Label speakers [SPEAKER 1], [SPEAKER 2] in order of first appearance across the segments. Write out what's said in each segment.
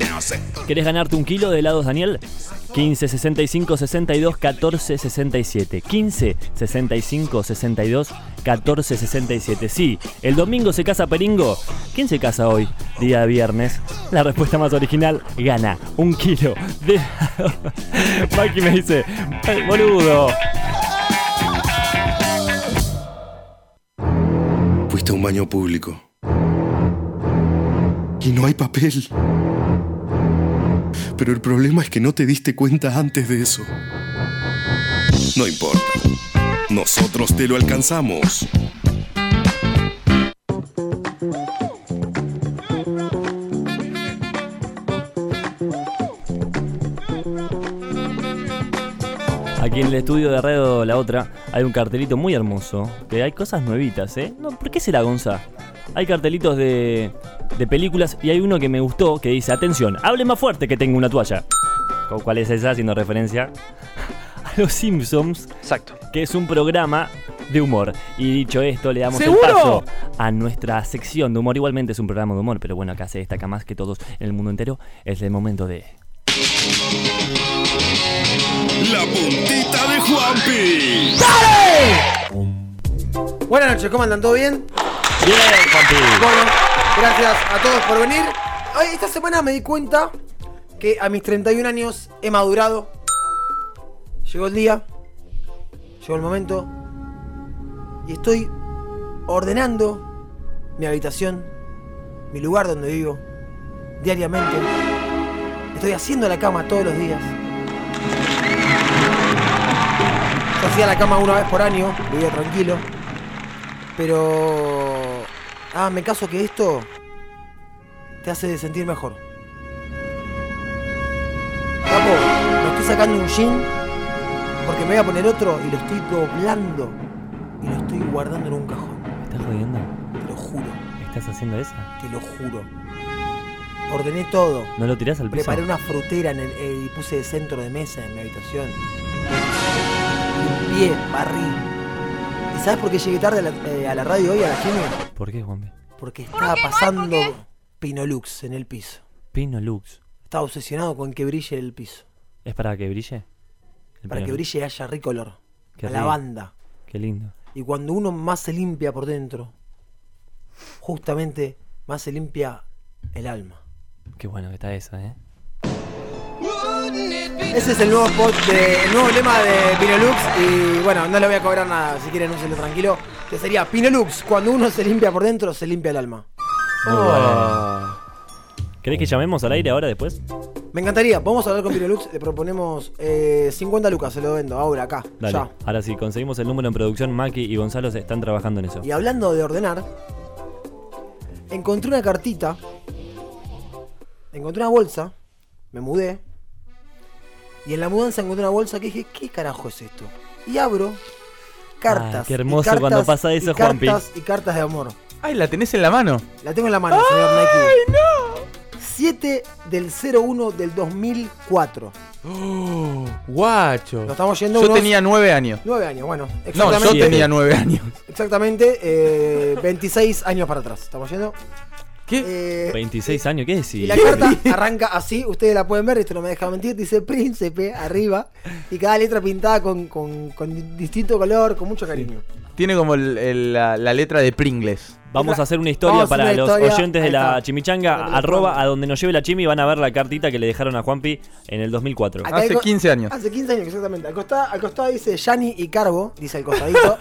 [SPEAKER 1] Exacto.
[SPEAKER 2] ¿Querés ganarte un kilo de helados, Daniel? 15 65 62 14 67. 15 65 62 14 67. Sí, el domingo se casa Peringo. ¿Quién se casa hoy, día viernes? La respuesta más original gana un kilo de helados. Maki me dice: "Ay, ¡Boludo!
[SPEAKER 3] Fuiste a un baño público. Y no hay papel. Pero el problema es que no te diste cuenta antes de eso. No importa. Nosotros te lo alcanzamos.
[SPEAKER 2] Aquí en el estudio de Redo La Otra hay un cartelito muy hermoso. Que hay cosas nuevitas, ¿eh? No, ¿Por qué será, Gonza? Hay cartelitos de, de películas y hay uno que me gustó que dice: Atención, hable más fuerte que tengo una toalla. ¿Cu- ¿Cuál es esa? Haciendo referencia a los Simpsons,
[SPEAKER 1] Exacto.
[SPEAKER 2] que es un programa de humor. Y dicho esto, le damos el
[SPEAKER 4] ¿Seguro?
[SPEAKER 2] paso a nuestra sección de humor. Igualmente es un programa de humor, pero bueno, acá se destaca más que todos en el mundo entero. Es el momento de.
[SPEAKER 3] La puntita de Juanpi.
[SPEAKER 4] Buenas noches, ¿cómo andan? ¿Todo bien?
[SPEAKER 2] ¡Bien, Juanpi!
[SPEAKER 4] Bueno, gracias a todos por venir. Ay, Esta semana me di cuenta que a mis 31 años he madurado. Llegó el día, llegó el momento y estoy ordenando mi habitación, mi lugar donde vivo, diariamente. Estoy haciendo la cama todos los días. Yo hacía la cama una vez por año, vivía tranquilo. Pero. Ah, me caso que esto te hace sentir mejor. Capo, me estoy sacando un jean porque me voy a poner otro y lo estoy doblando y lo estoy guardando en un cajón.
[SPEAKER 2] ¿Me estás jodiendo?
[SPEAKER 4] Te lo juro,
[SPEAKER 2] ¿Estás haciendo esa?
[SPEAKER 4] te lo juro. Ordené todo.
[SPEAKER 2] ¿No lo tirás al piso?
[SPEAKER 4] Preparé una frutera en el- eh, y puse de centro de mesa en mi habitación. Limpié, barrí. ¿Y sabes por qué llegué tarde a la, eh, a la radio hoy, a la quimio?
[SPEAKER 2] ¿Por qué, Juanpi?
[SPEAKER 4] Porque estaba pasando Pinolux en el piso.
[SPEAKER 2] Pino Lux.
[SPEAKER 4] Estaba obsesionado con que brille el piso.
[SPEAKER 2] ¿Es para que brille? El
[SPEAKER 4] Para
[SPEAKER 2] pino Lux.
[SPEAKER 4] que brille y haya rico olor.
[SPEAKER 2] Qué
[SPEAKER 4] a
[SPEAKER 2] rico.
[SPEAKER 4] lavanda.
[SPEAKER 2] Qué lindo.
[SPEAKER 4] Y cuando uno más se limpia por dentro, justamente más se limpia el alma.
[SPEAKER 2] Qué bueno que está eso, ¿eh?
[SPEAKER 4] Ese es el nuevo spot, de- el nuevo lema de Pinolux. Y bueno, no le voy a cobrar nada, si quieren úsenlo tranquilo. Que sería Pinolux, cuando uno se limpia por dentro, se limpia el alma. Oh.
[SPEAKER 2] ¿Querés que llamemos al aire ahora después?
[SPEAKER 4] Me encantaría, vamos a hablar con Pinolux, le proponemos eh, 50 lucas, se lo vendo ahora, acá,
[SPEAKER 2] Dale.
[SPEAKER 4] ya.
[SPEAKER 2] Ahora sí, conseguimos el número en producción. Maki y Gonzalo se están trabajando en eso.
[SPEAKER 4] Y hablando de ordenar, encontré una cartita, encontré una bolsa, me mudé, y en la mudanza encontré una bolsa que dije, ¿qué carajo es esto? Y abro cartas.
[SPEAKER 2] Ay, qué
[SPEAKER 4] y
[SPEAKER 2] hermoso
[SPEAKER 4] cartas,
[SPEAKER 2] cuando pasa eso,
[SPEAKER 4] y
[SPEAKER 2] Juanpi.
[SPEAKER 4] cartas y cartas de amor.
[SPEAKER 5] Ay, la tenés en la mano.
[SPEAKER 4] La tengo en la mano, señor Nike. ¡Ay, no! 7 del 01 del 2004.
[SPEAKER 5] Oh, guacho.
[SPEAKER 4] Nos estamos yendo
[SPEAKER 5] Yo
[SPEAKER 4] unos-
[SPEAKER 5] tenía nueve años.
[SPEAKER 4] 9 años, bueno.
[SPEAKER 5] No, yo tenía nueve años.
[SPEAKER 4] Exactamente eh, 26 años para atrás. Estamos yendo.
[SPEAKER 5] ¿Qué?
[SPEAKER 4] Eh,
[SPEAKER 2] 26 años, ¿qué decís?
[SPEAKER 4] Y la carta arranca así, ustedes la pueden ver, esto no me deja mentir, dice príncipe arriba y cada letra pintada con, con- con distinto color, con mucho cariño.
[SPEAKER 5] Tiene como el- el- la, la letra de Pringles.
[SPEAKER 2] Vamos a hacer una historia
[SPEAKER 4] Vamos a
[SPEAKER 2] para
[SPEAKER 4] hacer una
[SPEAKER 2] los
[SPEAKER 4] historia.
[SPEAKER 2] oyentes de
[SPEAKER 4] Ahí
[SPEAKER 2] la
[SPEAKER 4] está. Para que
[SPEAKER 2] chimichanga,
[SPEAKER 4] lo
[SPEAKER 2] arroba
[SPEAKER 4] pongan.
[SPEAKER 2] a donde nos lleve la chimi y van a ver la cartita que le dejaron a Juanpi en el 2004.
[SPEAKER 4] Acá hay
[SPEAKER 5] Hace
[SPEAKER 4] co-
[SPEAKER 5] 15 años.
[SPEAKER 4] Hace 15 años, exactamente. Al costado, al costado dice Yani y Carbo, dice al costadito.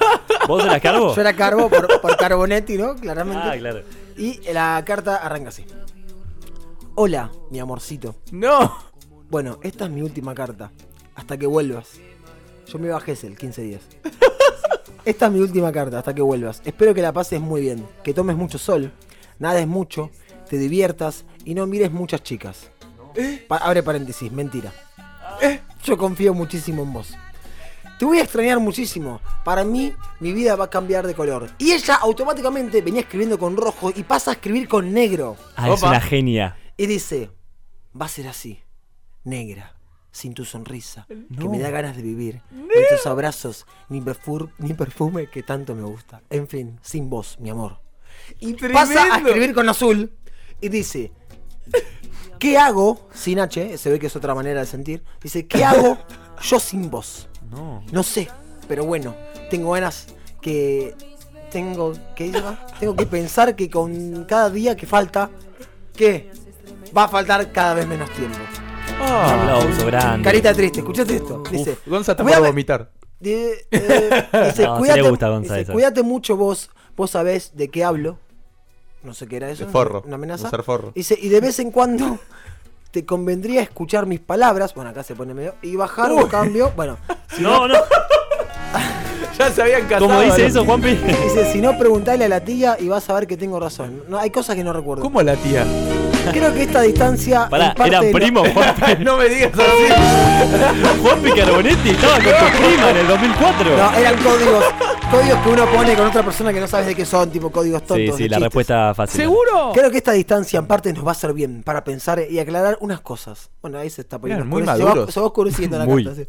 [SPEAKER 2] ¿Vos te las cargo?
[SPEAKER 4] Yo era Carbo por, por Carbonetti, ¿no? Claramente.
[SPEAKER 2] Oh. Ah, claro.
[SPEAKER 4] Y la carta arranca así. Hola, mi amorcito.
[SPEAKER 5] No.
[SPEAKER 4] Bueno, esta es mi última carta. Hasta que vuelvas. Yo me iba a Gessel, 15 días. Esta es mi última carta, hasta que vuelvas. Espero que la pases muy bien, que tomes mucho sol, nades mucho, te diviertas y no mires muchas chicas. Pa- abre paréntesis, mentira. Yo confío muchísimo en vos. Te voy a extrañar muchísimo. Para mí, mi vida va a cambiar de color. Y ella automáticamente venía escribiendo con rojo y pasa a escribir con negro.
[SPEAKER 2] Ah, es
[SPEAKER 5] Opa.
[SPEAKER 2] una genia.
[SPEAKER 4] Y dice, va a ser así, negra, sin tu sonrisa, que me da ganas de vivir, ni tus abrazos, ni, perfur- ni perfume que tanto me gusta. En fin, sin vos, mi amor. Y pasa a
[SPEAKER 5] Tremendo.
[SPEAKER 4] escribir con azul y dice, ¿Qué hago sin H? Se ve que es otra manera de sentir. Dice, ¿qué hago yo sin vos?
[SPEAKER 2] No.
[SPEAKER 4] No sé, pero bueno, tengo ganas que. Tengo que. Tengo que pensar que con cada día que falta, que va a faltar cada vez menos tiempo.
[SPEAKER 5] Ah.
[SPEAKER 2] Un aplauso grande.
[SPEAKER 4] Carita triste, escuchate esto. Dice,
[SPEAKER 5] Uf, Gonza está
[SPEAKER 4] voy a
[SPEAKER 5] por
[SPEAKER 4] ver-
[SPEAKER 5] vomitar.
[SPEAKER 4] de- eh, dice,
[SPEAKER 2] No, sí le
[SPEAKER 4] cuídate,
[SPEAKER 2] gusta a Gonza
[SPEAKER 4] dice,
[SPEAKER 2] esa.
[SPEAKER 4] cuídate mucho vos, vos sabés de qué hablo. No sé qué era eso.
[SPEAKER 5] De forro.
[SPEAKER 4] Una amenaza.
[SPEAKER 5] Usar forro.
[SPEAKER 4] Dice, y de vez en cuando te convendría escuchar mis palabras. Bueno, acá se pone medio. Y bajar un cambio. Bueno,
[SPEAKER 2] No, no.
[SPEAKER 5] Ya se habían casado.
[SPEAKER 2] Como dice
[SPEAKER 5] ¿no?
[SPEAKER 2] eso, Juanpi.
[SPEAKER 4] dice, si no, preguntale a la tía y vas a ver que tengo razón. No, hay cosas que no recuerdo.
[SPEAKER 5] ¿Cómo la tía?
[SPEAKER 4] Creo que esta distancia.
[SPEAKER 2] Pará,
[SPEAKER 4] en parte
[SPEAKER 2] eran
[SPEAKER 4] de lo-
[SPEAKER 2] primos, Juanpi.
[SPEAKER 5] no me digas así.
[SPEAKER 2] Juanpi Carbonetti estaba con tu prima en el 2004.
[SPEAKER 4] No, eran códigos. Códigos que uno pone con otra persona que no sabes de qué son, tipo códigos tontos.
[SPEAKER 2] sí,
[SPEAKER 4] de
[SPEAKER 2] sí, la
[SPEAKER 4] chistes.
[SPEAKER 2] respuesta fácil.
[SPEAKER 5] ¿Seguro?
[SPEAKER 4] Creo que esta distancia en parte nos va a hacer bien para pensar y aclarar unas cosas. Bueno, ahí se está poniendo.
[SPEAKER 5] Eran muy
[SPEAKER 4] oscure- se va,
[SPEAKER 5] maduros.
[SPEAKER 4] se va oscureciendo la
[SPEAKER 5] Muy.
[SPEAKER 4] carta. sí.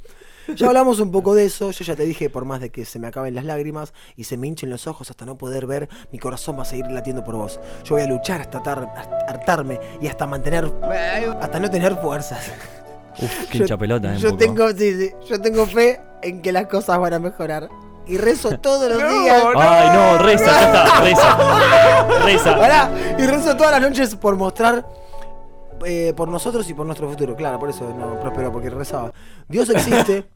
[SPEAKER 4] Ya hablamos un poco de eso. Yo ya te dije, por más de que se me acaben las lágrimas y se me hinchen los ojos hasta no poder ver, mi corazón va a seguir latiendo por vos. Yo voy a luchar hasta atar- hasta hartarme y hasta mantener. hasta no tener fuerzas.
[SPEAKER 2] Uf, qué hincha pelota. eh,
[SPEAKER 4] yo
[SPEAKER 2] un poco.
[SPEAKER 4] tengo, sí, sí, yo tengo fe en que las cosas van a mejorar. Y rezo todos los días.
[SPEAKER 2] Ay, no, reza, ya está, reza. Reza.
[SPEAKER 4] Pará, y rezo todas las noches por mostrar eh, por nosotros y por nuestro futuro. Claro, por eso no prosperó, porque rezaba. Dios existe.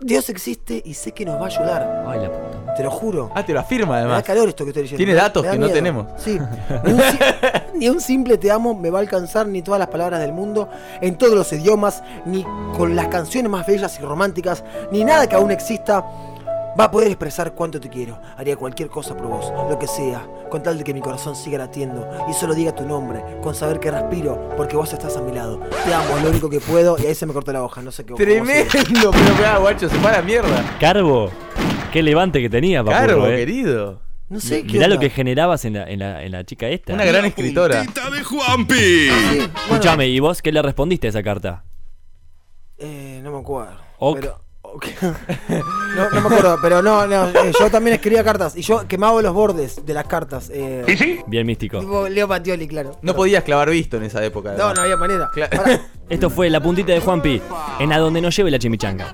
[SPEAKER 4] Dios existe y sé que nos va a ayudar.
[SPEAKER 2] Ay, la puta.
[SPEAKER 4] Te lo juro.
[SPEAKER 5] Ah, te lo afirma
[SPEAKER 4] Me da
[SPEAKER 5] además.
[SPEAKER 4] calor esto que estoy leyendo.
[SPEAKER 5] Tiene
[SPEAKER 4] Me da-
[SPEAKER 5] datos
[SPEAKER 4] me da
[SPEAKER 5] que no
[SPEAKER 4] miedo.
[SPEAKER 5] tenemos.
[SPEAKER 4] Sí. Ni un, si- ni un simple te amo me va a alcanzar ni todas las palabras del mundo, en todos los idiomas, ni con las canciones más bellas y románticas, ni nada que aún exista. Va a poder expresar cuánto te quiero. Haría cualquier cosa por vos, lo que sea, con tal de que mi corazón siga latiendo y solo diga tu nombre, con saber que respiro, porque vos estás a mi lado. Te amo, es lo único que puedo. Y ahí se me cortó la hoja, no sé qué. cómo sigue.
[SPEAKER 5] Tremendo, pero mirá, guacho, se fue a la mierda.
[SPEAKER 2] Carbo, qué levante que tenía, papurro,
[SPEAKER 5] Claro,
[SPEAKER 2] eh.
[SPEAKER 5] querido.
[SPEAKER 4] No sé qué.
[SPEAKER 2] Mirá lo
[SPEAKER 4] onda.
[SPEAKER 2] que generabas en la, en la, en la chica esta.
[SPEAKER 5] Una gran escritora.
[SPEAKER 3] Puntita de Juanpi.
[SPEAKER 2] Escuchame, ¿y vos qué le respondiste a esa carta?
[SPEAKER 4] Eh, no me acuerdo.
[SPEAKER 2] Ok.
[SPEAKER 4] Pero, ok. no, no me acuerdo, pero no, no, eh, yo también escribía cartas y yo quemaba los bordes de las cartas. Eh,
[SPEAKER 2] Bien místico.
[SPEAKER 4] Tipo Leo Patioli, claro.
[SPEAKER 5] No podías clavar visto en esa época.
[SPEAKER 4] No,
[SPEAKER 5] además.
[SPEAKER 4] no había manera.
[SPEAKER 5] Claro.
[SPEAKER 4] Pará.
[SPEAKER 2] Esto fue la puntita de Juanpi, en a donde nos lleve la chimichanga.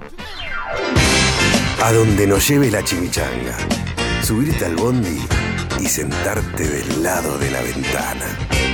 [SPEAKER 1] A donde nos lleve la chimichanga. Subirte al bondi y sentarte del lado de la ventana.